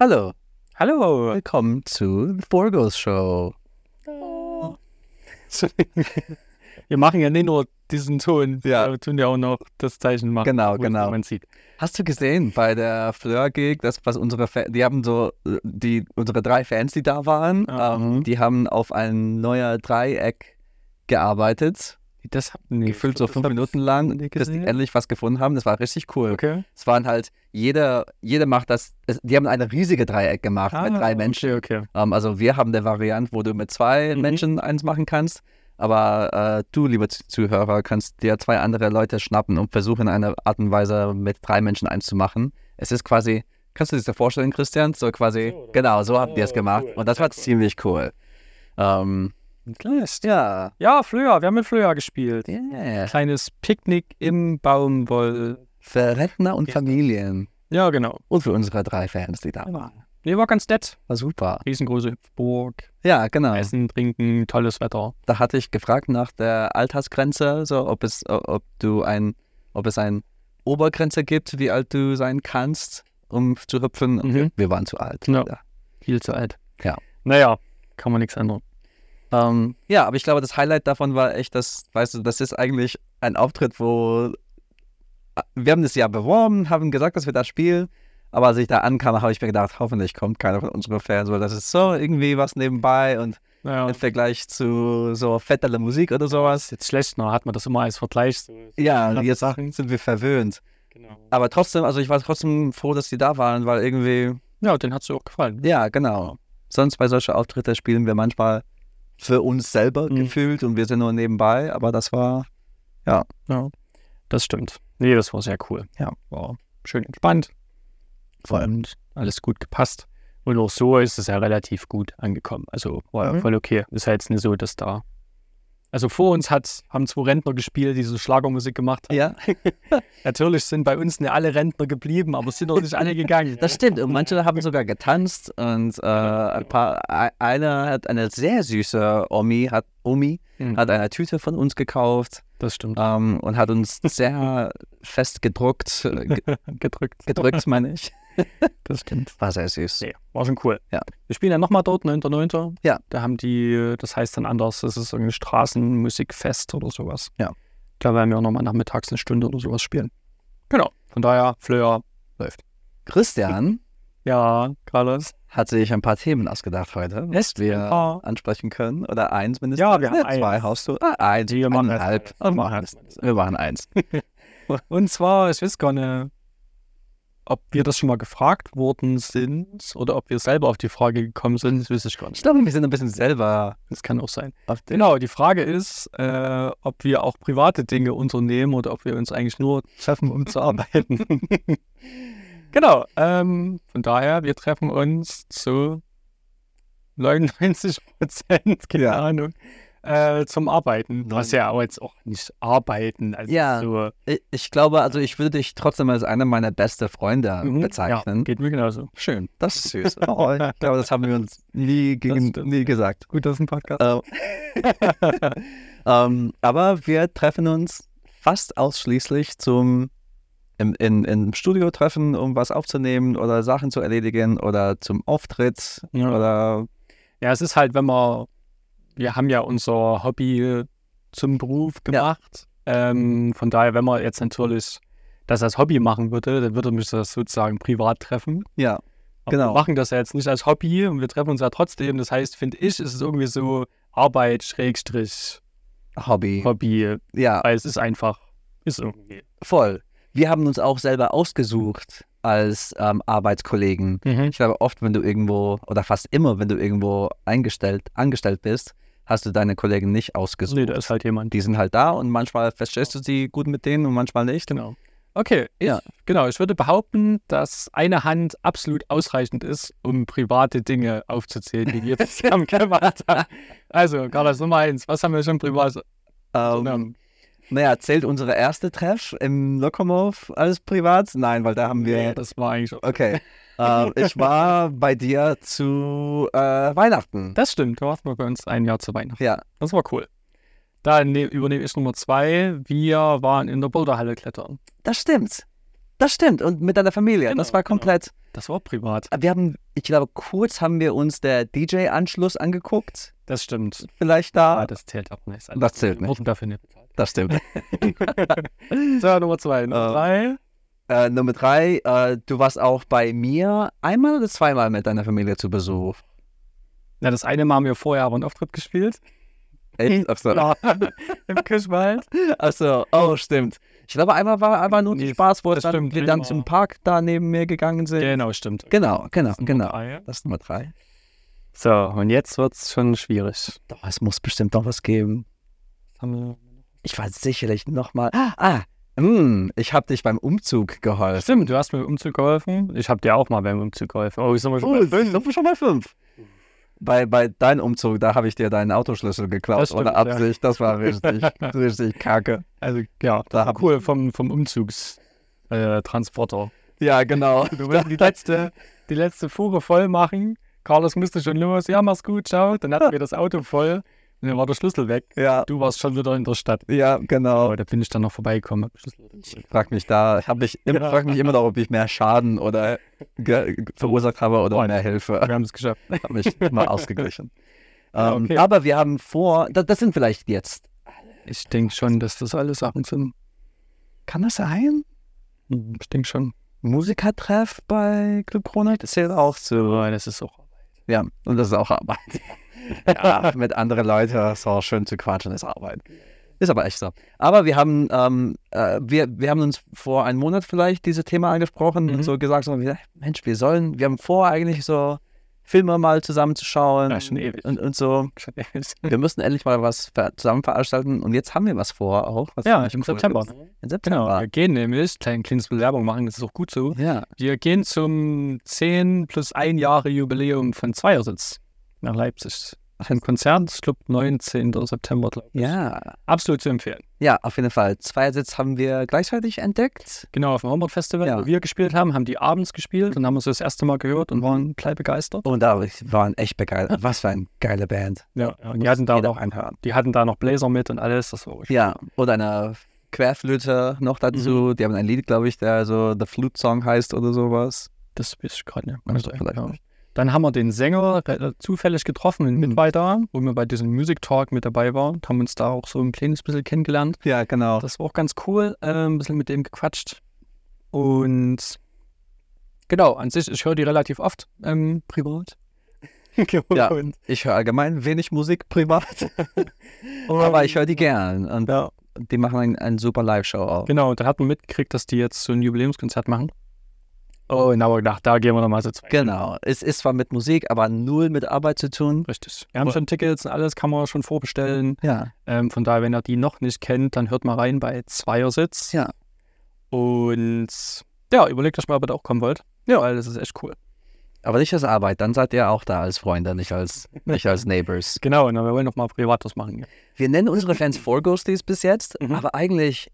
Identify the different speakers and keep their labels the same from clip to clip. Speaker 1: Hallo,
Speaker 2: Hallo.
Speaker 1: willkommen zu The Borgos Show.
Speaker 2: Wir machen ja nicht nur diesen Ton,
Speaker 1: Ja.
Speaker 2: wir tun ja auch noch das Zeichen machen.
Speaker 1: Genau,
Speaker 2: wo es
Speaker 1: genau.
Speaker 2: Man sieht.
Speaker 1: Hast du gesehen bei der Fleur-Gig, das, was unsere Fans, die haben so, äh, die, unsere drei Fans, die da waren,
Speaker 2: Ah,
Speaker 1: ähm, die haben auf ein neuer Dreieck gearbeitet,
Speaker 2: Das habt ihr nicht.
Speaker 1: gefüllt so
Speaker 2: Das
Speaker 1: fünf
Speaker 2: hab-
Speaker 1: Minuten lang,
Speaker 2: nie
Speaker 1: bis die
Speaker 2: gesehen.
Speaker 1: endlich was gefunden haben. Das war richtig cool.
Speaker 2: Okay.
Speaker 1: Es waren halt, jeder, jeder macht das, es, die haben eine riesige Dreieck gemacht mit drei
Speaker 2: Ah,
Speaker 1: Menschen.
Speaker 2: Okay. okay.
Speaker 1: Ähm, also wir haben eine Variante, wo du mit zwei
Speaker 2: Mhm.
Speaker 1: Menschen eins machen kannst, aber äh, du, lieber Zuh- Zuhörer, kannst dir zwei andere Leute schnappen und versuchen, eine Art und Weise mit drei Menschen eins zu machen. Es ist quasi, kannst du dir das vorstellen, Christian? So quasi,
Speaker 2: So, oder?
Speaker 1: genau, so habt ihr es
Speaker 2: Oh,
Speaker 1: gemacht
Speaker 2: cool.
Speaker 1: und das war
Speaker 2: Sehr cool.
Speaker 1: ziemlich cool. Ähm, ja,
Speaker 2: Ja, Flöa, wir haben mit Flöa gespielt.
Speaker 1: yeah.
Speaker 2: Kleines Picknick im Baumwoll.
Speaker 1: Für Rentner und
Speaker 2: Ja.
Speaker 1: Familien
Speaker 2: Ja, genau.
Speaker 1: und für unsere drei Fans, die da waren.
Speaker 2: Nee, war ganz nett.
Speaker 1: War super.
Speaker 2: Riesengroße Hüpfburg.
Speaker 1: Ja, genau.
Speaker 2: Essen, trinken, tolles Wetter.
Speaker 1: da hatte ich gefragt nach der Altersgrenze, so ob es, o- ob du ein, ob es eine Obergrenze gibt, wie alt du sein kannst, um zu hüpfen. Und
Speaker 2: Mhm.
Speaker 1: wir- Wir waren zu alt.
Speaker 2: Ja.
Speaker 1: Ja.
Speaker 2: Viel zu alt.
Speaker 1: Ja.
Speaker 2: Naja, kann man nichts ändern.
Speaker 1: Ähm, ja, aber ich glaube, das Highlight davon war echt, dass, weißt du, das ist eigentlich ein Auftritt, wo äh, wir haben das ja beworben, haben gesagt, dass wir das spielen. Aber als ich da ankam, habe ich mir gedacht, hoffentlich kommt keiner von unseren Fans, weil das ist so irgendwie was nebenbei und
Speaker 2: Naja.
Speaker 1: im Vergleich zu so fettere Musik oder
Speaker 2: Ist
Speaker 1: sowas.
Speaker 2: jetzt schlecht, ne? hat man das immer als Vergleich.
Speaker 1: Ja,
Speaker 2: Knappe
Speaker 1: jetzt
Speaker 2: Sachen.
Speaker 1: sind wir verwöhnt.
Speaker 2: Genau.
Speaker 1: Aber trotzdem, also ich war trotzdem froh, dass die da waren, weil irgendwie,
Speaker 2: Ja, den hat es auch gefallen.
Speaker 1: ja, genau. Sonst bei solchen Auftritten spielen wir manchmal für uns selber
Speaker 2: Mhm.
Speaker 1: gefühlt und wir sind nur nebenbei, aber das war,
Speaker 2: Ja, das stimmt. Nee, das war sehr cool.
Speaker 1: Ja.
Speaker 2: War schön entspannt.
Speaker 1: Voll.
Speaker 2: Und alles gut gepasst. Und auch so ist es ja relativ gut angekommen. Also war
Speaker 1: Mhm.
Speaker 2: ja voll okay. Ist ja jetzt nicht so, dass da. Also vor uns hat, haben zwei Rentner gespielt, die so Schlagermusik gemacht haben.
Speaker 1: ja,
Speaker 2: Natürlich sind bei uns nicht alle Rentner geblieben, aber es sind auch nicht alle gegangen.
Speaker 1: das stimmt. Und manche haben sogar getanzt und äh, ein paar, e- einer hat eine sehr süße Omi, hat, Omi,
Speaker 2: Mhm.
Speaker 1: hat eine Tüte von uns gekauft
Speaker 2: das stimmt.
Speaker 1: ähm, und hat uns sehr fest gedruckt, äh, ge-
Speaker 2: Gedrückt.
Speaker 1: gedrückt, meine ich.
Speaker 2: Das stimmt.
Speaker 1: War sehr süß.
Speaker 2: Nee, war schon cool.
Speaker 1: Ja.
Speaker 2: Wir spielen dann nochmal dort, 9.9.
Speaker 1: Ja.
Speaker 2: Da haben die, das heißt dann anders, das ist irgendein Straßenmusikfest oder sowas.
Speaker 1: Ja.
Speaker 2: Da werden wir auch nochmal nachmittags eine Stunde oder sowas spielen. Genau. Von daher, Flöher läuft.
Speaker 1: Christian
Speaker 2: Ja, Carlos. Ah.
Speaker 1: hat sich ein paar Themen ausgedacht heute.
Speaker 2: Lässt
Speaker 1: wir-
Speaker 2: Ja,
Speaker 1: ansprechen können. Oder eins mindestens.
Speaker 2: Ja, wir haben
Speaker 1: Ne, zwei
Speaker 2: eins.
Speaker 1: hast du. Ah, eins.
Speaker 2: Die wir machen
Speaker 1: eineinhalb.
Speaker 2: erst mal
Speaker 1: Wir
Speaker 2: das.
Speaker 1: machen,
Speaker 2: Wir machen
Speaker 1: das. wir machen eins.
Speaker 2: Und zwar, ich weiß gar nicht, ob wir das schon mal gefragt worden sind oder ob wir selber auf die Frage gekommen sind, das weiß ich gar
Speaker 1: Ich
Speaker 2: nicht.
Speaker 1: glaube, wir sind ein bisschen selber
Speaker 2: Das kann auch sein.
Speaker 1: auf den.
Speaker 2: Genau, die Frage ist, äh, ob wir auch private Dinge unternehmen oder ob wir uns eigentlich nur treffen, um zu arbeiten. genau, ähm, von daher, wir treffen uns zu 99 Prozent, keine
Speaker 1: Ja.
Speaker 2: Ahnung, äh, zum Arbeiten.
Speaker 1: Nein.
Speaker 2: Was ja auch jetzt auch nicht arbeiten, also
Speaker 1: Ja.
Speaker 2: so
Speaker 1: Ich- Ich glaube, also ich würde dich trotzdem als einer meiner besten Freunde
Speaker 2: Mhm, Ja,
Speaker 1: bezeichnen.
Speaker 2: geht mir genauso.
Speaker 1: Schön, das ist süß. Oh, ich glaube, das haben wir uns nie, gegen,
Speaker 2: stimmt.
Speaker 1: nie gesagt.
Speaker 2: Gut, das ist ein Podcast.
Speaker 1: Ähm, ähm, aber wir treffen uns fast ausschließlich zum im, in, im Studio treffen, um was aufzunehmen oder Sachen zu erledigen oder zum Auftritt
Speaker 2: Ja.
Speaker 1: oder
Speaker 2: Ja, es ist halt, wenn man, wir haben ja unser Hobby zum Beruf gemacht. Ähm, von daher, wenn man jetzt natürlich das als Hobby machen würde, dann würde mich das sozusagen privat treffen.
Speaker 1: ja.
Speaker 2: Aber
Speaker 1: Genau.
Speaker 2: Wir machen das ja jetzt nicht als Hobby und wir treffen uns ja trotzdem. Das heißt, finde ich, ist es irgendwie so Arbeit, Schrägstrich,
Speaker 1: Hobby.
Speaker 2: Hobby,
Speaker 1: Ja,
Speaker 2: weil es ist einfach, ist irgendwie.
Speaker 1: voll. Wir haben uns auch selber ausgesucht als ähm, Arbeitskollegen. Ich glaube, oft, wenn du irgendwo, oder fast immer, wenn du irgendwo eingestellt, angestellt bist, hast du deine Kollegen nicht ausgesucht.
Speaker 2: Nee, da ist halt jemand.
Speaker 1: Die sind halt da und manchmal verstehst du sie gut mit denen und manchmal nicht.
Speaker 2: Genau. Okay, ich,
Speaker 1: Ja.
Speaker 2: genau. Ich würde behaupten, dass eine Hand absolut ausreichend ist, um private Dinge aufzuzählen, die wir zusammen gemacht haben. Also, Carlos, Nummer eins, was haben wir schon privat?
Speaker 1: Ähm,
Speaker 2: unternommen?
Speaker 1: naja, zählt unsere erste Treff im Lokomov als privat? Nein, weil da haben wir.
Speaker 2: Nee, das war eigentlich.
Speaker 1: Okay. Ähm, ich war bei dir zu äh, Weihnachten.
Speaker 2: Das stimmt, da warst du bei uns ein Jahr zu Weihnachten.
Speaker 1: Ja,
Speaker 2: Das war cool. Dann ne, übernehme ich Nummer zwei. Wir waren in der Boulderhalle klettern.
Speaker 1: das stimmt. Das stimmt. Und mit deiner Familie.
Speaker 2: Genau,
Speaker 1: das war komplett.
Speaker 2: Das war privat.
Speaker 1: Wir haben, ich glaube, kurz haben wir uns der DJ-Anschluss angeguckt.
Speaker 2: Das stimmt.
Speaker 1: Vielleicht da.
Speaker 2: Ah, das zählt auch nicht.
Speaker 1: Das
Speaker 2: Wir
Speaker 1: zählt nicht.
Speaker 2: wurden dafür nicht bezahlt.
Speaker 1: Das stimmt.
Speaker 2: So, Nummer zwei. Nummer
Speaker 1: Äh,
Speaker 2: drei.
Speaker 1: äh, Nummer drei, äh, du warst auch bei mir einmal oder zweimal mit deiner Familie zu Besuch.
Speaker 2: Na, das eine Mal haben wir vorher aber einen Auftritt gespielt.
Speaker 1: Echt? Achso,
Speaker 2: Ja. Im Kirschwald.
Speaker 1: Achso. oh, stimmt. Ich glaube, einmal war einfach nur
Speaker 2: Nee,
Speaker 1: ein Spaß, wo
Speaker 2: das
Speaker 1: dann,
Speaker 2: stimmt.
Speaker 1: wir dann zum Park da neben mir gegangen sind.
Speaker 2: Genau, stimmt.
Speaker 1: Genau, genau,
Speaker 2: Das ist Nummer
Speaker 1: genau.
Speaker 2: drei.
Speaker 1: Das ist Nummer drei.
Speaker 2: So, und jetzt wird's schon schwierig.
Speaker 1: Doch, es muss bestimmt noch was geben. Ich war sicherlich nochmal. Ah, hm, ich habe dich beim Umzug geholfen.
Speaker 2: Stimmt, du hast mir im Umzug geholfen. Ich habe dir auch mal beim Umzug geholfen. Oh, ich sind wir schon bei fünf.
Speaker 1: sind wir schon bei fünf. Bei, bei deinem Umzug, da habe ich dir deinen Autoschlüssel geklaut
Speaker 2: Das stimmt,
Speaker 1: ohne
Speaker 2: ja.
Speaker 1: Absicht. Das war richtig, richtig kacke.
Speaker 2: Also, ja,
Speaker 1: Da
Speaker 2: das
Speaker 1: hab
Speaker 2: war cool vom, vom Umzugstransporter. Äh, Transporter.
Speaker 1: Ja, genau.
Speaker 2: Wir wollten die letzte, die letzte Fuhre voll machen. Carlos musste schon los. Ja, mach's gut, ciao. Dann hatten wir das Auto voll. Und dann war der Schlüssel weg.
Speaker 1: Ja,
Speaker 2: Du warst schon wieder in der Stadt.
Speaker 1: ja, genau.
Speaker 2: Aber da bin ich dann noch vorbeigekommen. hab Schlüssel
Speaker 1: Ich frag mich da, ich hab mich, im-
Speaker 2: Ja.
Speaker 1: frag mich immer noch, ob ich mehr Schaden oder ge- verursacht habe oder
Speaker 2: Moin.
Speaker 1: mehr Hilfe.
Speaker 2: Wir haben es geschafft.
Speaker 1: Hab mich mal ausgeglichen.
Speaker 2: Ja,
Speaker 1: Ähm,
Speaker 2: okay.
Speaker 1: Aber wir haben vor, das, das sind vielleicht jetzt.
Speaker 2: Ich denke schon, dass das alles Sachen sind.
Speaker 1: Kann das sein?
Speaker 2: Hm, Ich denke schon.
Speaker 1: Musikertreff bei Club Krone? Das zählt auch zu.
Speaker 2: Das ist auch.
Speaker 1: Ja, und das ist auch Arbeit. ja, mit anderen Leuten ist auch schön zu quatschen, ist Arbeit. Ist aber echt so. Aber wir haben, ähm, äh, wir, wir haben uns vor einem Monat vielleicht dieses Thema angesprochen
Speaker 2: Mhm.
Speaker 1: und so gesagt, so, wir- Mensch, wir sollen, wir haben vor eigentlich so Filme mal zusammenzuschauen
Speaker 2: Ja, schon ewig.
Speaker 1: und, und so.
Speaker 2: Schon ewig.
Speaker 1: Wir müssen endlich mal was ver zusammen veranstalten und jetzt haben wir was vor auch. Was
Speaker 2: Ja,
Speaker 1: ziemlich
Speaker 2: im
Speaker 1: cool
Speaker 2: September.
Speaker 1: ist. Im
Speaker 2: Genau,
Speaker 1: September.
Speaker 2: wir gehen nämlich, kleinen kleines Bewerbung machen, das ist auch gut so.
Speaker 1: Ja,
Speaker 2: Wir gehen zum 10 plus 1 Jahre Jubiläum von Zweiersitz nach Leipzig. Ein Konzert, ich glaube 19. September, glaube ich.
Speaker 1: ja.
Speaker 2: Absolut zu empfehlen.
Speaker 1: Ja, auf jeden Fall. Zweiersitz haben wir gleichzeitig entdeckt.
Speaker 2: Genau, auf dem Homburg Festival,
Speaker 1: Ja.
Speaker 2: wo wir gespielt haben, haben die abends gespielt und haben uns das erste Mal gehört und waren klein begeistert.
Speaker 1: Und da waren echt begeistert. Was für eine geile Band.
Speaker 2: Ja, und die hatten da
Speaker 1: Jeder
Speaker 2: noch,
Speaker 1: einhören.
Speaker 2: die hatten da noch Bläser mit und alles, das war richtig.
Speaker 1: Ja, und eine Querflöte noch dazu.
Speaker 2: Mhm.
Speaker 1: Die haben ein Lied, glaube ich, der so The Flute Song heißt oder sowas.
Speaker 2: Das weiß ich gerade nicht.
Speaker 1: Also, vielleicht
Speaker 2: ja.
Speaker 1: nicht.
Speaker 2: Dann haben wir den Sänger äh, zufällig getroffen in Mittweida, wo wir bei diesem Music Talk mit dabei waren, haben uns da auch so ein kleines bisschen kennengelernt.
Speaker 1: Ja, genau.
Speaker 2: Also Das war auch ganz cool, äh, ein bisschen mit dem gequatscht. Und genau, an sich, ich höre die relativ oft ähm, privat.
Speaker 1: Ja.
Speaker 2: Und,
Speaker 1: Ich höre allgemein wenig Musik privat, aber ich höre die gern. Und
Speaker 2: Ja.
Speaker 1: die machen ein, eine super Live-Show auch.
Speaker 2: Genau, und dann hat man mitgekriegt, dass die jetzt so ein Jubiläumskonzert machen. Oh, und aber gedacht, da gehen wir nochmal so zwei.
Speaker 1: Genau. Es ist zwar mit Musik, aber null mit Arbeit zu tun.
Speaker 2: Richtig. Wir haben schon Tickets und alles, kann man schon vorbestellen.
Speaker 1: Ja.
Speaker 2: Ähm, von daher, wenn ihr die noch nicht kennt, dann hört mal rein bei Zweiersitz.
Speaker 1: Ja.
Speaker 2: Und ja, überlegt euch mal, ob ihr da auch kommen wollt. Ja. Weil das ist echt cool.
Speaker 1: Aber nicht als Arbeit, dann seid ihr auch da als Freunde, nicht als, nicht als Neighbors.
Speaker 2: Genau, und wir wollen nochmal privat was machen.
Speaker 1: Wir nennen unsere Fans Four Ghosties bis jetzt,
Speaker 2: Mhm.
Speaker 1: aber eigentlich,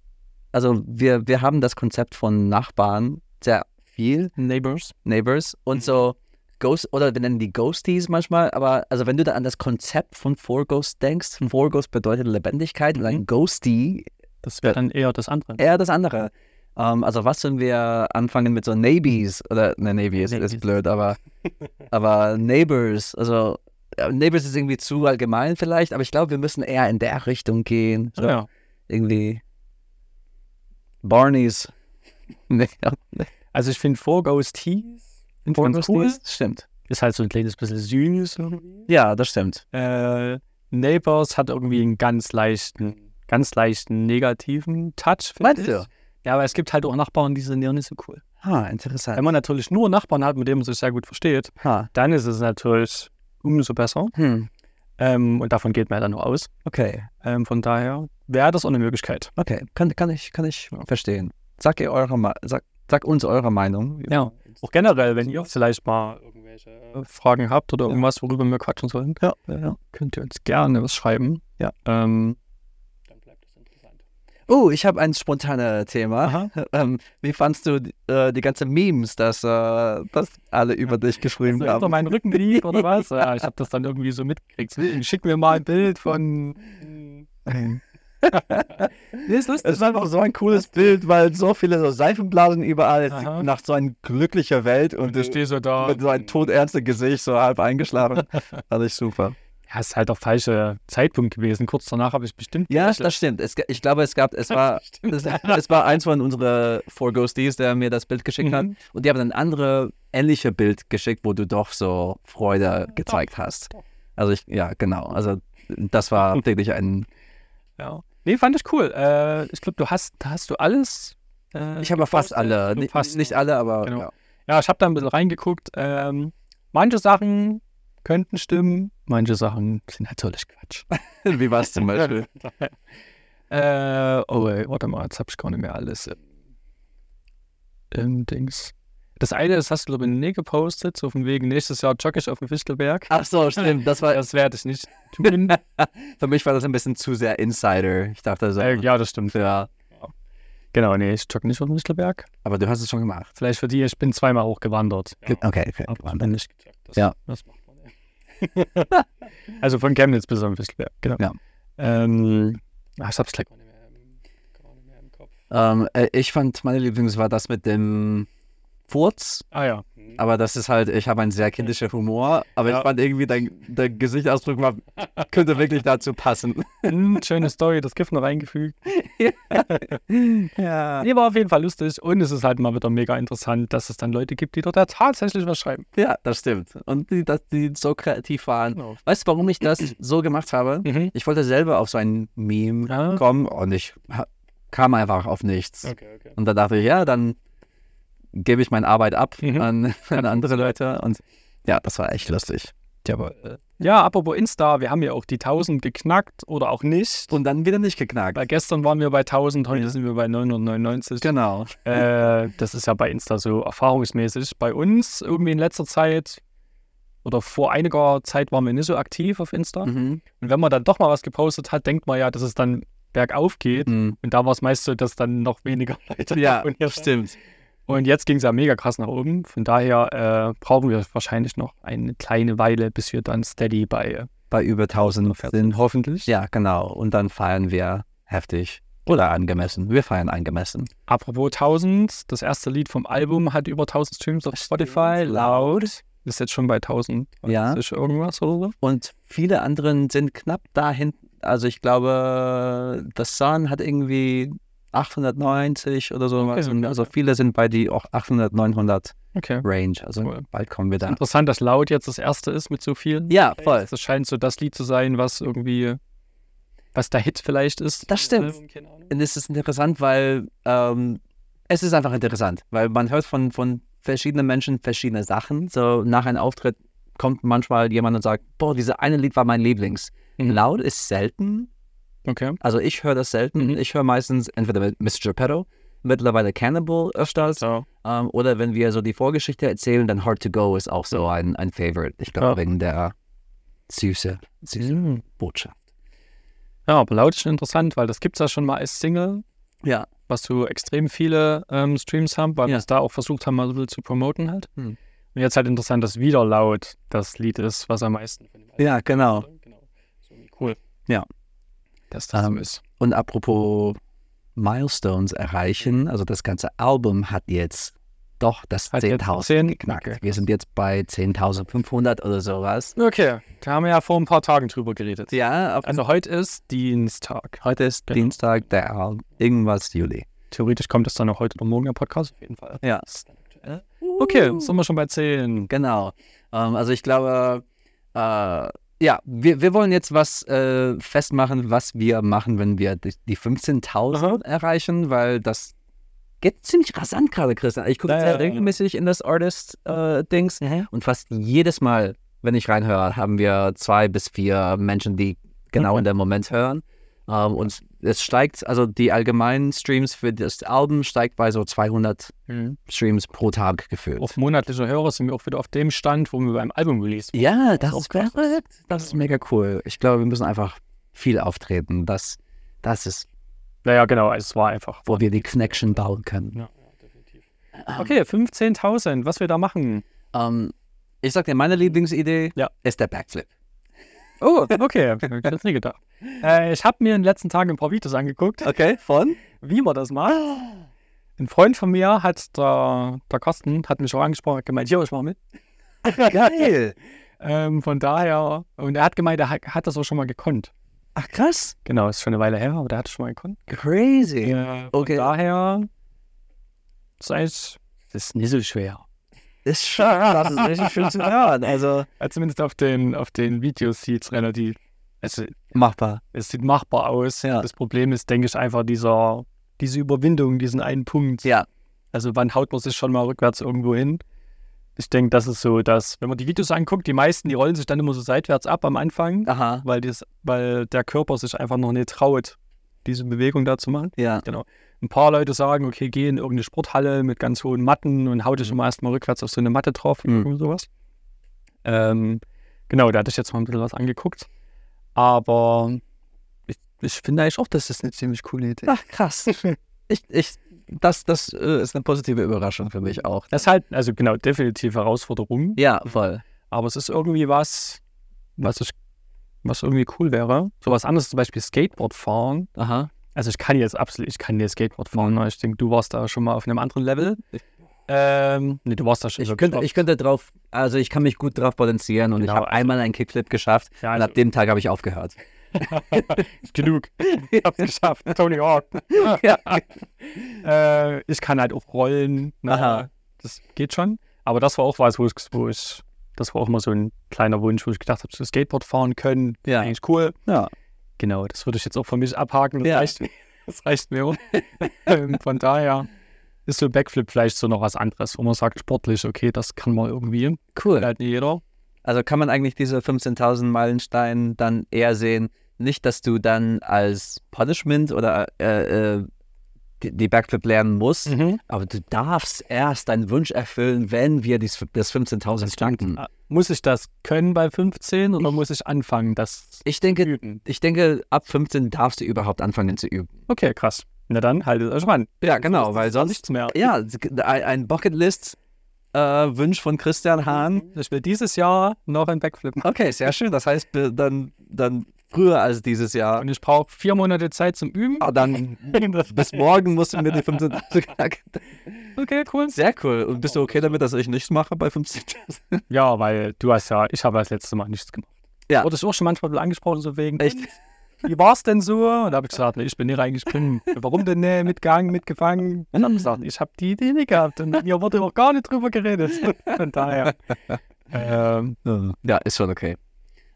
Speaker 1: also wir, wir haben das Konzept von Nachbarn sehr viel,
Speaker 2: Neighbors.
Speaker 1: Neighbors und
Speaker 2: Mhm.
Speaker 1: so Ghost, oder wir nennen die Ghosties manchmal, aber also wenn du da an das Konzept von Four Ghosts denkst,
Speaker 2: Mhm.
Speaker 1: Four Ghost bedeutet Lebendigkeit und ein Ghostie
Speaker 2: Das wäre dann eher das andere.
Speaker 1: eher das andere. Ähm, also was, wenn wir anfangen mit so Nabies oder ne, Navy ist,
Speaker 2: Nabies.
Speaker 1: ist blöd, aber, aber Neighbors, also äh, Neighbors ist irgendwie zu allgemein vielleicht, aber ich glaube, wir müssen eher in der Richtung gehen. So
Speaker 2: Ja.
Speaker 1: irgendwie Barneys. Nee, ja.
Speaker 2: Also ich finde Four Ghost Teas find ich ganz
Speaker 1: Ganz
Speaker 2: cool. Mhm.
Speaker 1: Stimmt.
Speaker 2: Ist halt so ein kleines bisschen süß.
Speaker 1: Ja, das stimmt.
Speaker 2: Äh, Neighbors hat irgendwie einen ganz leichten, ganz leichten negativen Touch. find
Speaker 1: Meinst
Speaker 2: ich.
Speaker 1: du?
Speaker 2: Ja, aber es gibt halt auch Nachbarn, die sind ja nicht so cool.
Speaker 1: Ha,
Speaker 2: Wenn
Speaker 1: interessant.
Speaker 2: man natürlich nur Nachbarn hat, mit denen man sich sehr gut versteht,
Speaker 1: Ha.
Speaker 2: dann ist es natürlich umso besser.
Speaker 1: Hm.
Speaker 2: Ähm, und davon geht man ja dann noch aus.
Speaker 1: Okay,
Speaker 2: Ähm, von daher wäre das auch eine Möglichkeit.
Speaker 1: okay. Kann, kann ich, kann ich verstehen. Sag ihr eure Ma- sag, sag uns eure Meinung.
Speaker 2: Ja. Auch generell, wenn ihr vielleicht mal irgendwelche äh, Fragen habt oder irgendwas, worüber wir quatschen sollen,
Speaker 1: Ja, ja, ja.
Speaker 2: könnt ihr uns gerne was schreiben.
Speaker 1: Ja.
Speaker 2: Ähm,
Speaker 1: Oh, ich habe ein spontanes Thema.
Speaker 2: Aha.
Speaker 1: Ähm, wie fandst du äh, die ganzen Memes, dass, äh, dass alle über dich geschrieben
Speaker 2: So
Speaker 1: haben?
Speaker 2: unter meinen Rücken liegt oder was?
Speaker 1: Hm.
Speaker 2: Ja, ich habe das dann irgendwie so mitgekriegt. Schick mir mal ein Bild von.
Speaker 1: Nee, ist lustig. Es war einfach so ein cooles Bild, weil so viele so Seifenblasen überall. Es sieht
Speaker 2: Aha.
Speaker 1: nach so ein glücklicher Welt und,
Speaker 2: Und du stehst Also, so da.
Speaker 1: mit so einem todernsten Gesicht, so halb eingeschlafen. Fand ich super.
Speaker 2: Ja, ist halt der falsche Zeitpunkt gewesen. Kurz danach habe ich bestimmt.
Speaker 1: Ja, das stimmt. Es, ge- ich glaube, es gab, es war, es, es war eins von unserer Four Ghosties, der mir das Bild geschickt hat.
Speaker 2: Mhm.
Speaker 1: Und die haben ein anderes, ähnliches Bild geschickt, wo du doch so Freude gezeigt hast. Also ich, ja, genau. Also das war wirklich ein.
Speaker 2: Ja. Nee, fand ich cool. Äh, ich glaube, du hast, hast du alles. äh,
Speaker 1: Ich habe fast
Speaker 2: gepostet?
Speaker 1: alle,
Speaker 2: Du
Speaker 1: nicht,
Speaker 2: fast.
Speaker 1: nicht alle, aber
Speaker 2: Genau.
Speaker 1: ja.
Speaker 2: Ja, ich habe da ein bisschen reingeguckt. Ähm, manche Sachen könnten stimmen, manche Sachen sind natürlich Quatsch.
Speaker 1: Wie war es zum Beispiel?
Speaker 2: äh, oh, ey, warte mal, jetzt habe ich gar nicht mehr alles im, im Dings. Das eine, das hast du, glaube ich, nie gepostet, so von wegen nächstes Jahr jogge ich auf dem Fichtelberg.
Speaker 1: Ach so, stimmt. Das war
Speaker 2: Das werde ich nicht tun.
Speaker 1: für mich war das ein bisschen zu sehr Insider. Ich dachte so,
Speaker 2: äh, ja, das stimmt.
Speaker 1: ja.
Speaker 2: Genau, nee, ich jogge nicht auf dem Fichtelberg.
Speaker 1: Aber du hast es schon gemacht.
Speaker 2: Vielleicht für die, ich bin zweimal hochgewandert.
Speaker 1: Okay, okay.
Speaker 2: Aber man dann nicht gecheckt. Das,
Speaker 1: Ja.
Speaker 2: Das macht man ja. also von Chemnitz bis am Fischberg, genau.
Speaker 1: Ja.
Speaker 2: Ähm, ah, ich hab's gleich.
Speaker 1: Ähm, äh, ich fand meine Lieblings war das mit dem Furz.
Speaker 2: Ah ja.
Speaker 1: Aber das ist halt, ich habe einen sehr kindischen Humor, aber
Speaker 2: Ja.
Speaker 1: ich fand irgendwie, dein, dein Gesichtsausdruck war, könnte wirklich dazu passen.
Speaker 2: Hm, schöne Story, das Gift noch reingefügt.
Speaker 1: Ja.
Speaker 2: Nee, war auf jeden Fall lustig und es ist halt mal wieder mega interessant, dass es dann Leute gibt, die dort da tatsächlich was schreiben.
Speaker 1: Ja, das stimmt. Und die, dass die so kreativ waren.
Speaker 2: Genau.
Speaker 1: Weißt du, warum ich das so gemacht habe?
Speaker 2: Mhm.
Speaker 1: Ich wollte selber auf so ein Meme
Speaker 2: Ja.
Speaker 1: kommen und ich ha- kam einfach auf nichts.
Speaker 2: Okay, okay.
Speaker 1: Und da dachte ich, ja, dann gebe ich meine Arbeit ab
Speaker 2: Mhm.
Speaker 1: an, an andere Leute. Und ja, das war echt lustig.
Speaker 2: Jawohl. Ja, apropos Insta, wir haben ja auch die 1000 geknackt oder auch nicht.
Speaker 1: Und dann wieder nicht geknackt. Genau.
Speaker 2: Weil gestern waren wir bei 1000, heute
Speaker 1: Ja.
Speaker 2: sind wir bei 999.
Speaker 1: Genau.
Speaker 2: Äh, das ist ja bei Insta so erfahrungsmäßig. Bei uns irgendwie in letzter Zeit oder vor einiger Zeit waren wir nicht so aktiv auf Insta.
Speaker 1: Mhm.
Speaker 2: Und wenn man dann doch mal was gepostet hat, denkt man ja, dass es dann bergauf geht.
Speaker 1: Mhm.
Speaker 2: Und da war es meist so, dass dann noch weniger Leute
Speaker 1: Ja,
Speaker 2: abonniert haben.
Speaker 1: stimmt.
Speaker 2: Und jetzt ging es ja mega krass nach oben. Von daher äh, brauchen wir wahrscheinlich noch eine kleine Weile, bis wir dann steady bei äh,
Speaker 1: Bei über 1000 sind
Speaker 2: hoffentlich.
Speaker 1: Ja, genau. Und dann feiern wir heftig. Oder angemessen. Wir feiern angemessen.
Speaker 2: Apropos 1000, das erste Lied vom Album hat über 1000 Streams auf Spotify. Loud ist jetzt schon bei 1000.
Speaker 1: Ja.
Speaker 2: Ist irgendwas oder so?
Speaker 1: Und viele anderen sind knapp da hinten. Also ich glaube, The Sun hat irgendwie 890 oder so. was.
Speaker 2: Okay,
Speaker 1: Und
Speaker 2: okay.
Speaker 1: Also viele sind bei die auch 800, 900
Speaker 2: Okay.
Speaker 1: Range. Also
Speaker 2: Cool.
Speaker 1: bald kommen wir da.
Speaker 2: Interessant, dass Loud jetzt das erste ist mit so vielen.
Speaker 1: Ja, voll.
Speaker 2: Das scheint so das Lied zu sein, was irgendwie, was der Hit vielleicht ist.
Speaker 1: Das stimmt. Und es ist interessant, weil ähm, es ist einfach interessant, weil man hört von, von verschiedenen Menschen verschiedene Sachen. So nach einem Auftritt kommt manchmal jemand und sagt, boah, dieses eine Lied war mein Lieblings.
Speaker 2: Mhm.
Speaker 1: Laut ist selten,
Speaker 2: Okay.
Speaker 1: Also ich höre das selten.
Speaker 2: Mhm.
Speaker 1: Ich höre meistens entweder mit Mr. Geppetto, mittlerweile Cannibal öfters.
Speaker 2: So.
Speaker 1: Ähm, oder wenn wir so die Vorgeschichte erzählen, dann Hard to Go ist auch so ein, ein Favorite. Ich glaube,
Speaker 2: Mhm. Ja.
Speaker 1: wegen der süße, süße
Speaker 2: Mhm.
Speaker 1: Botschaft.
Speaker 2: Ja, aber Loud ist schon interessant, weil das gibt es ja schon mal als Single,
Speaker 1: Ja.
Speaker 2: was so extrem viele ähm, Streams haben, weil
Speaker 1: Ja.
Speaker 2: wir es da auch versucht haben, mal so ein bisschen zu promoten halt.
Speaker 1: Mhm.
Speaker 2: Und jetzt halt interessant, dass wieder Loud das Lied ist, was am meisten von dem Album
Speaker 1: Ja, genau.
Speaker 2: Genau. So wie cool.
Speaker 1: Ja.
Speaker 2: Dass das
Speaker 1: Ähm,
Speaker 2: so ist.
Speaker 1: Und apropos Milestones erreichen, also das ganze Album hat jetzt doch das
Speaker 2: Hat jetzt
Speaker 1: 10.000
Speaker 2: 10,
Speaker 1: geknackt.
Speaker 2: okay.
Speaker 1: Wir sind jetzt bei 10.500 oder sowas.
Speaker 2: Okay, da haben wir ja vor ein paar Tagen drüber geredet.
Speaker 1: Ja, auf-
Speaker 2: Also heute ist Dienstag.
Speaker 1: heute ist
Speaker 2: Genau.
Speaker 1: Dienstag, der irgendwas Juli.
Speaker 2: Theoretisch kommt es dann noch heute oder morgen im Podcast. Auf jeden Fall.
Speaker 1: Ja.
Speaker 2: Okay, sind wir schon bei 10.
Speaker 1: Genau. Ähm, also ich glaube, äh, ja, wir, wir wollen jetzt was äh, festmachen, was wir machen, wenn wir die, die 15.000 erreichen, weil das geht ziemlich rasant gerade, Christian. Also Ich gucke
Speaker 2: Ja, ja, genau. Mhm.
Speaker 1: sehr
Speaker 2: ja.
Speaker 1: regelmäßig in das Artist-Dings und fast jedes Mal, wenn ich reinhöre, haben wir zwei bis vier Menschen, die
Speaker 2: Mhm.
Speaker 1: genau in dem Moment hören. Ähm, und es steigt, also die allgemeinen Streams für das Album steigt bei so 200
Speaker 2: Mhm.
Speaker 1: Streams pro Tag gefühlt.
Speaker 2: Auf monatliche Hörer sind wir auch wieder auf dem Stand, wo wir beim Album release waren.
Speaker 1: Ja, das
Speaker 2: auch
Speaker 1: ist
Speaker 2: krass.
Speaker 1: verrückt. Das ist mega cool. Ich glaube, wir müssen einfach viel auftreten. Das, das ist,
Speaker 2: Naja, genau, es war einfach.
Speaker 1: wo wir die Connection bauen können. Ah.
Speaker 2: Okay, 15.000, was wir da machen.
Speaker 1: Ähm, ich sag dir, meine Lieblingsidee
Speaker 2: Ja.
Speaker 1: ist der Backflip.
Speaker 2: Oh, okay. Hab ich jetzt nie gedacht. Äh, ich habe mir in den letzten Tagen ein paar Videos angeguckt,
Speaker 1: Okay, von?
Speaker 2: wie man das macht.
Speaker 1: Ah.
Speaker 2: Ein Freund von mir hat, der, der Kosten, hat mich auch angesprochen, hat gemeint, hier, ich mach mit.
Speaker 1: Geil.
Speaker 2: Ähm, von daher, und er hat gemeint, er hat, hat das auch schon mal gekonnt.
Speaker 1: Ach, krass.
Speaker 2: Genau, ist schon eine Weile her, aber der hat es schon mal gekonnt.
Speaker 1: Crazy.
Speaker 2: Ja,
Speaker 1: okay.
Speaker 2: Von daher, sei es, das ist nicht so schwer.
Speaker 1: Ist schon, das ist richtig schön zu hören. Also,
Speaker 2: Ja, äh, zumindest auf den, auf den Videos sieht es relativ, also
Speaker 1: machbar.
Speaker 2: es sieht machbar aus.
Speaker 1: Ja.
Speaker 2: Das Problem ist, denke ich, einfach dieser, diese Überwindung, diesen einen Punkt.
Speaker 1: Ja.
Speaker 2: Also wann haut man sich schon mal rückwärts irgendwo hin? Ich denke, das ist so, dass, wenn man die Videos anguckt, die meisten, die rollen sich dann immer so seitwärts ab am Anfang,
Speaker 1: Aha.
Speaker 2: weil, das, weil der Körper sich einfach noch nicht traut, diese Bewegung da zu machen.
Speaker 1: Ja.
Speaker 2: Ein paar Leute sagen, okay, geh in irgendeine Sporthalle mit ganz hohen Matten und hau dich immer erstmal rückwärts auf so eine Matte drauf
Speaker 1: Mhm.
Speaker 2: oder sowas. Ähm, genau, da hatte ich jetzt mal ein bisschen was angeguckt. Aber ich, ich finde eigentlich auch, dass das eine ziemlich coole Idee ist.
Speaker 1: Ach, krass. Ich, ich, das, das äh, ist eine positive Überraschung für mich auch.
Speaker 2: Das ist halt, also genau, definitiv Herausforderung.
Speaker 1: Ja, voll.
Speaker 2: Aber es ist irgendwie was, was ich, was irgendwie cool wäre. So was anderes, zum Beispiel Skateboard fahren.
Speaker 1: Aha.
Speaker 2: Also ich kann jetzt absolut, ich kann jetzt Skateboard fahren.
Speaker 1: Mhm.
Speaker 2: ne? Ich denke, du warst da schon mal auf einem anderen Level. Ähm, nee, du warst da schon
Speaker 1: Ich
Speaker 2: wirklich
Speaker 1: könnte,
Speaker 2: drauf.
Speaker 1: ich könnte drauf, also ich kann mich gut drauf potenzieren und
Speaker 2: Genau,
Speaker 1: ich habe
Speaker 2: also-
Speaker 1: einmal einen Kickflip geschafft
Speaker 2: ja,
Speaker 1: und
Speaker 2: also,
Speaker 1: ab dem Tag habe ich aufgehört.
Speaker 2: genug. Ich hab's geschafft. Tony Hawk.
Speaker 1: Ja.
Speaker 2: äh, ich kann halt auch rollen. ne?
Speaker 1: Aha.
Speaker 2: Das geht schon. Aber das war auch was, wo ich, wo ich, das war auch immer so ein kleiner Wunsch, wo ich gedacht habe, so Skateboard fahren können,
Speaker 1: Ja.
Speaker 2: eigentlich cool.
Speaker 1: Ja.
Speaker 2: Genau, das würde ich jetzt auch von mich abhaken. Das,
Speaker 1: Ja.
Speaker 2: reicht, das reicht mir. ähm, von daher ist so Backflip vielleicht so noch was anderes, wo man sagt, sportlich, okay, das kann man irgendwie.
Speaker 1: Cool.
Speaker 2: Halt nicht jeder.
Speaker 1: Also kann man eigentlich diese 15.000 Meilensteine dann eher sehen, nicht, dass du dann als Punishment oder äh, äh, die, die Backflip lernen musst, aber du darfst erst deinen Wunsch erfüllen, wenn wir dies, das 15.000 starten.
Speaker 2: Ah, Muss ich das können bei 15 oder muss ich anfangen, das
Speaker 1: Ich denke,
Speaker 2: üben?
Speaker 1: ich denke, ab 15 darfst du überhaupt anfangen zu üben.
Speaker 2: Okay, krass. Na dann haltet euch ran.
Speaker 1: Ja, genau, weil sonst,
Speaker 2: Nichts mehr.
Speaker 1: ja, ein ein Bucketlist-Wunsch von Christian Hahn.
Speaker 2: Ich will dieses Jahr noch ein Backflip machen.
Speaker 1: Okay, sehr schön. Das heißt, be- dann, dann früher als dieses Jahr.
Speaker 2: Und ich brauche vier Monate Zeit zum Üben.
Speaker 1: Ah, dann bis morgen musst du mir die 15
Speaker 2: Okay, cool.
Speaker 1: Sehr cool. Und bist du okay damit, dass ich nichts mache bei 15
Speaker 2: Ja, weil du hast ja, ich habe das letzte Mal nichts gemacht.
Speaker 1: Ja.
Speaker 2: Wurde ich auch schon manchmal angesprochen, so wegen.
Speaker 1: Echt?
Speaker 2: Wie war es denn so? Und da habe ich gesagt, nee, ich bin nicht reingesprungen. Warum denn nicht? Mitgegangen, mitgefangen. Und dann gesagt, ich habe die Idee nicht gehabt. Und mit mir wurde auch gar nicht drüber geredet. Von daher. Ähm,
Speaker 1: Ja, ist schon okay.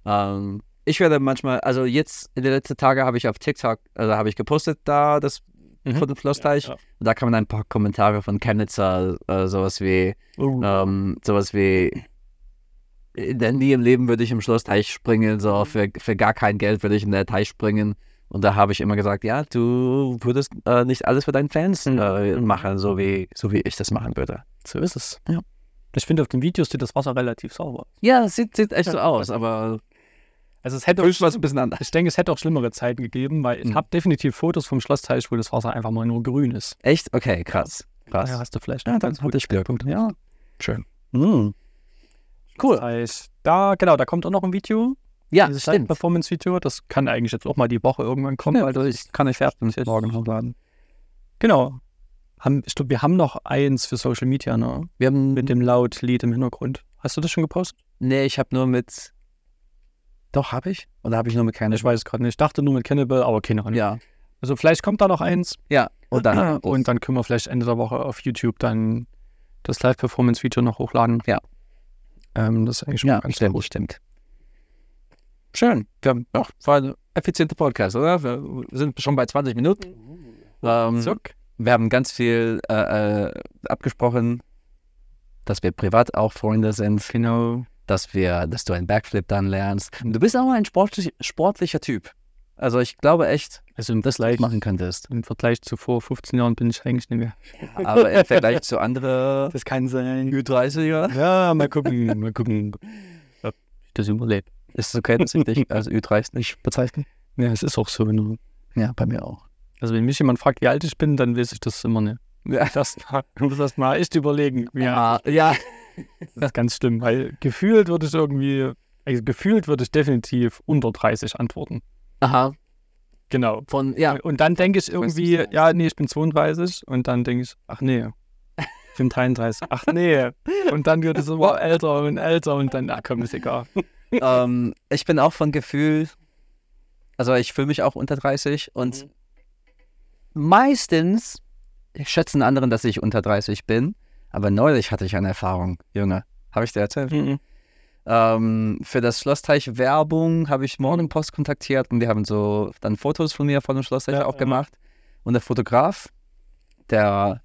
Speaker 1: Ähm, ich werde manchmal, also jetzt in den letzten Tagen habe ich auf TikTok, also habe ich gepostet da, das
Speaker 2: Mhm.
Speaker 1: von dem Flossteich.
Speaker 2: Ja,
Speaker 1: Und da kann man ein paar Kommentare von Chemnitzer, äh, sowas wie,
Speaker 2: oh,
Speaker 1: ähm, sowas wie, denn nie im Leben würde ich im Schlossteich springen, so für, für gar kein Geld würde ich in der Teich springen. Und da habe ich immer gesagt, ja, du würdest äh, nicht alles für deinen Fans äh, machen, so wie, so wie ich das machen würde.
Speaker 2: so ist es.
Speaker 1: Ja.
Speaker 2: Ich finde, auf den Videos steht das Wasser relativ sauber.
Speaker 1: Ja, es sieht, sieht echt so aus, aber
Speaker 2: Also es hätte auch,
Speaker 1: höchstens ein bisschen anders.
Speaker 2: ich denke, es hätte auch schlimmere Zeiten gegeben, weil ich
Speaker 1: Mhm.
Speaker 2: habe definitiv Fotos vom Schlossteich, wo das Wasser einfach mal nur grün ist.
Speaker 1: Echt? Okay, krass. Krass.
Speaker 2: Daher hast du vielleicht
Speaker 1: Ja,
Speaker 2: einen
Speaker 1: dann
Speaker 2: ganz guten
Speaker 1: hatte ich Glück.
Speaker 2: Punkt.
Speaker 1: Ja.
Speaker 2: Schön.
Speaker 1: Cool.
Speaker 2: Das heißt, da, genau, da kommt auch noch ein Video.
Speaker 1: Ja,
Speaker 2: dieses
Speaker 1: stimmt.
Speaker 2: Live-Performance-Video. Das kann eigentlich jetzt auch mal die Woche irgendwann kommen, weil das ist-
Speaker 1: kann ich fertig
Speaker 2: morgen hochladen. Genau. Haben, ich glaube, wir haben noch eins für Social Media, ne?
Speaker 1: Wir haben
Speaker 2: Mit dem Laut-Lied im Hintergrund. Hast du das schon gepostet?
Speaker 1: Nee, ich habe nur mit. Doch, habe ich? Oder habe ich nur mit keine?
Speaker 2: Ich weiß es gerade nicht. Ich dachte nur mit Cannibal, aber keine Ahnung.
Speaker 1: Ja.
Speaker 2: Also vielleicht kommt da noch eins.
Speaker 1: Ja. Und dann.
Speaker 2: Und dann können wir vielleicht Ende der Woche auf YouTube dann das Live-Performance-Video noch hochladen.
Speaker 1: Ja.
Speaker 2: Ähm, das ist eigentlich schon
Speaker 1: ja,
Speaker 2: ganz
Speaker 1: stimmt,
Speaker 2: gut.
Speaker 1: stimmt. Schön. Wir haben, ja, war ein effizienter Podcast, oder? Wir sind schon bei 20 Minuten.
Speaker 2: Mhm.
Speaker 1: Ähm,
Speaker 2: Zuck.
Speaker 1: Wir haben ganz viel äh, äh, abgesprochen, dass wir privat auch Freunde sind,
Speaker 2: Genau.
Speaker 1: dass wir, dass du einen Backflip dann lernst. Du bist auch ein sportlich, sportlicher Typ. Also ich glaube echt,
Speaker 2: Also im
Speaker 1: dass du das
Speaker 2: Vergleich,
Speaker 1: machen könntest.
Speaker 2: im Vergleich zu vor 15 Jahren bin ich eigentlich nicht mehr.
Speaker 1: Aber im Vergleich zu anderen
Speaker 2: Das kann sein.
Speaker 1: Ü30er
Speaker 2: Ja, mal gucken, mal gucken, ob ich das überlebe.
Speaker 1: ist es okay, dass ich dich als Ü30 nicht bezeichne.
Speaker 2: Ja, es ist auch so. Ne?
Speaker 1: Ja, bei mir auch.
Speaker 2: Also wenn mich jemand fragt, wie alt ich bin, dann weiß ich das immer nicht.
Speaker 1: Ja.
Speaker 2: Das, du musst das mal echt überlegen. Ja,
Speaker 1: Ah, ja.
Speaker 2: das ist ganz schlimm, weil gefühlt würde ich irgendwie Also gefühlt würde ich definitiv unter 30 antworten.
Speaker 3: Aha,
Speaker 2: Genau.
Speaker 3: von, ja,
Speaker 2: Und dann denke ich irgendwie,
Speaker 1: nicht so.
Speaker 2: ja, nee, ich bin 32. Und dann denke ich, ach nee, ich bin 33. Ach nee. Und dann wird es immer älter und älter und dann, na komm, ist egal.
Speaker 1: ähm, ich bin auch von Gefühl, also ich fühle mich auch unter 30
Speaker 2: Mhm.
Speaker 1: und meistens schätzen anderen, dass ich unter 30 bin, aber neulich hatte ich eine Erfahrung, Junge. Habe ich dir erzählt?
Speaker 2: Mhm.
Speaker 1: Ähm, für das Schlossteich Werbung habe ich Morgenpost kontaktiert und die haben so dann Fotos von mir von dem Schlossteich
Speaker 2: Ja,
Speaker 1: auch
Speaker 2: ja.
Speaker 1: gemacht. Und der Fotograf, der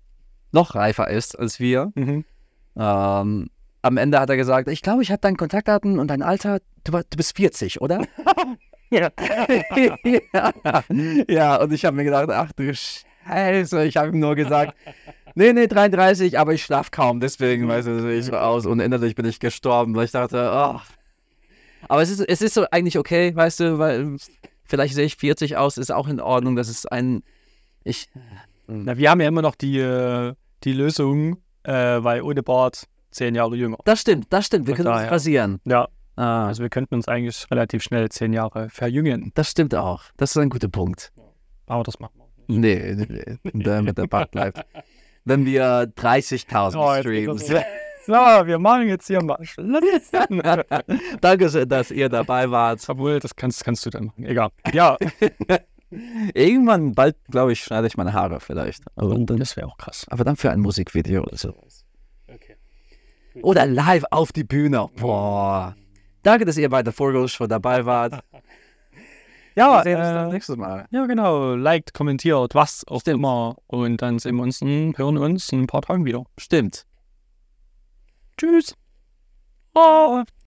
Speaker 1: noch reifer ist als wir,
Speaker 2: Mhm.
Speaker 1: ähm, am Ende hat er gesagt, ich glaube, ich habe deine Kontaktdaten und dein Alter, du, war- du bist 40, oder? ja. ja, und ich habe mir gedacht, ach du Scheiße, ich habe ihm nur gesagt, nee, nee, 33, aber ich schlaf kaum, deswegen, weißt du, sehe ich so aus und innerlich bin ich gestorben, weil ich dachte, ach. Aber es ist, es ist so eigentlich okay, weißt du, weil vielleicht sehe ich 40 aus, ist auch in Ordnung, das ist ein, ich,
Speaker 2: Na, wir haben ja immer noch die, äh, die Lösung, äh, weil ohne Bart zehn Jahre jünger.
Speaker 1: das stimmt, das stimmt, wir
Speaker 2: Von
Speaker 1: können uns
Speaker 2: daher.
Speaker 1: rasieren.
Speaker 2: Ja,
Speaker 1: Ah.
Speaker 2: also wir könnten uns eigentlich relativ schnell zehn Jahre verjüngen.
Speaker 1: Das stimmt auch. Das ist ein guter Punkt.
Speaker 2: Aber das machen wir. auch nicht.
Speaker 1: Nee, nee, nee. damit der Bart bleibt. Wenn wir 30.000
Speaker 2: Oh, jetzt geht das
Speaker 1: Streams.
Speaker 2: los. So, wir machen jetzt hier mal Schluss.
Speaker 1: Danke, sehr, dass ihr dabei wart.
Speaker 2: Obwohl, das kannst, kannst du dann machen. Egal. Ja,
Speaker 1: Irgendwann bald, glaube ich, schneide ich meine Haare vielleicht. Aber dann,
Speaker 2: Oh, das wäre auch krass.
Speaker 1: aber dann für ein Musikvideo oder so. Oder live auf die Bühne. Boah. Danke, dass ihr bei The Four Girls Show dabei wart.
Speaker 2: Ja,
Speaker 1: Wir sehen uns dann
Speaker 2: äh,
Speaker 1: nächstes Mal.
Speaker 2: ja, genau. Liked, kommentiert, was auch immer. Und dann sehen wir uns, und hören uns in ein paar Tagen wieder.
Speaker 1: Stimmt.
Speaker 2: Tschüss. Oh.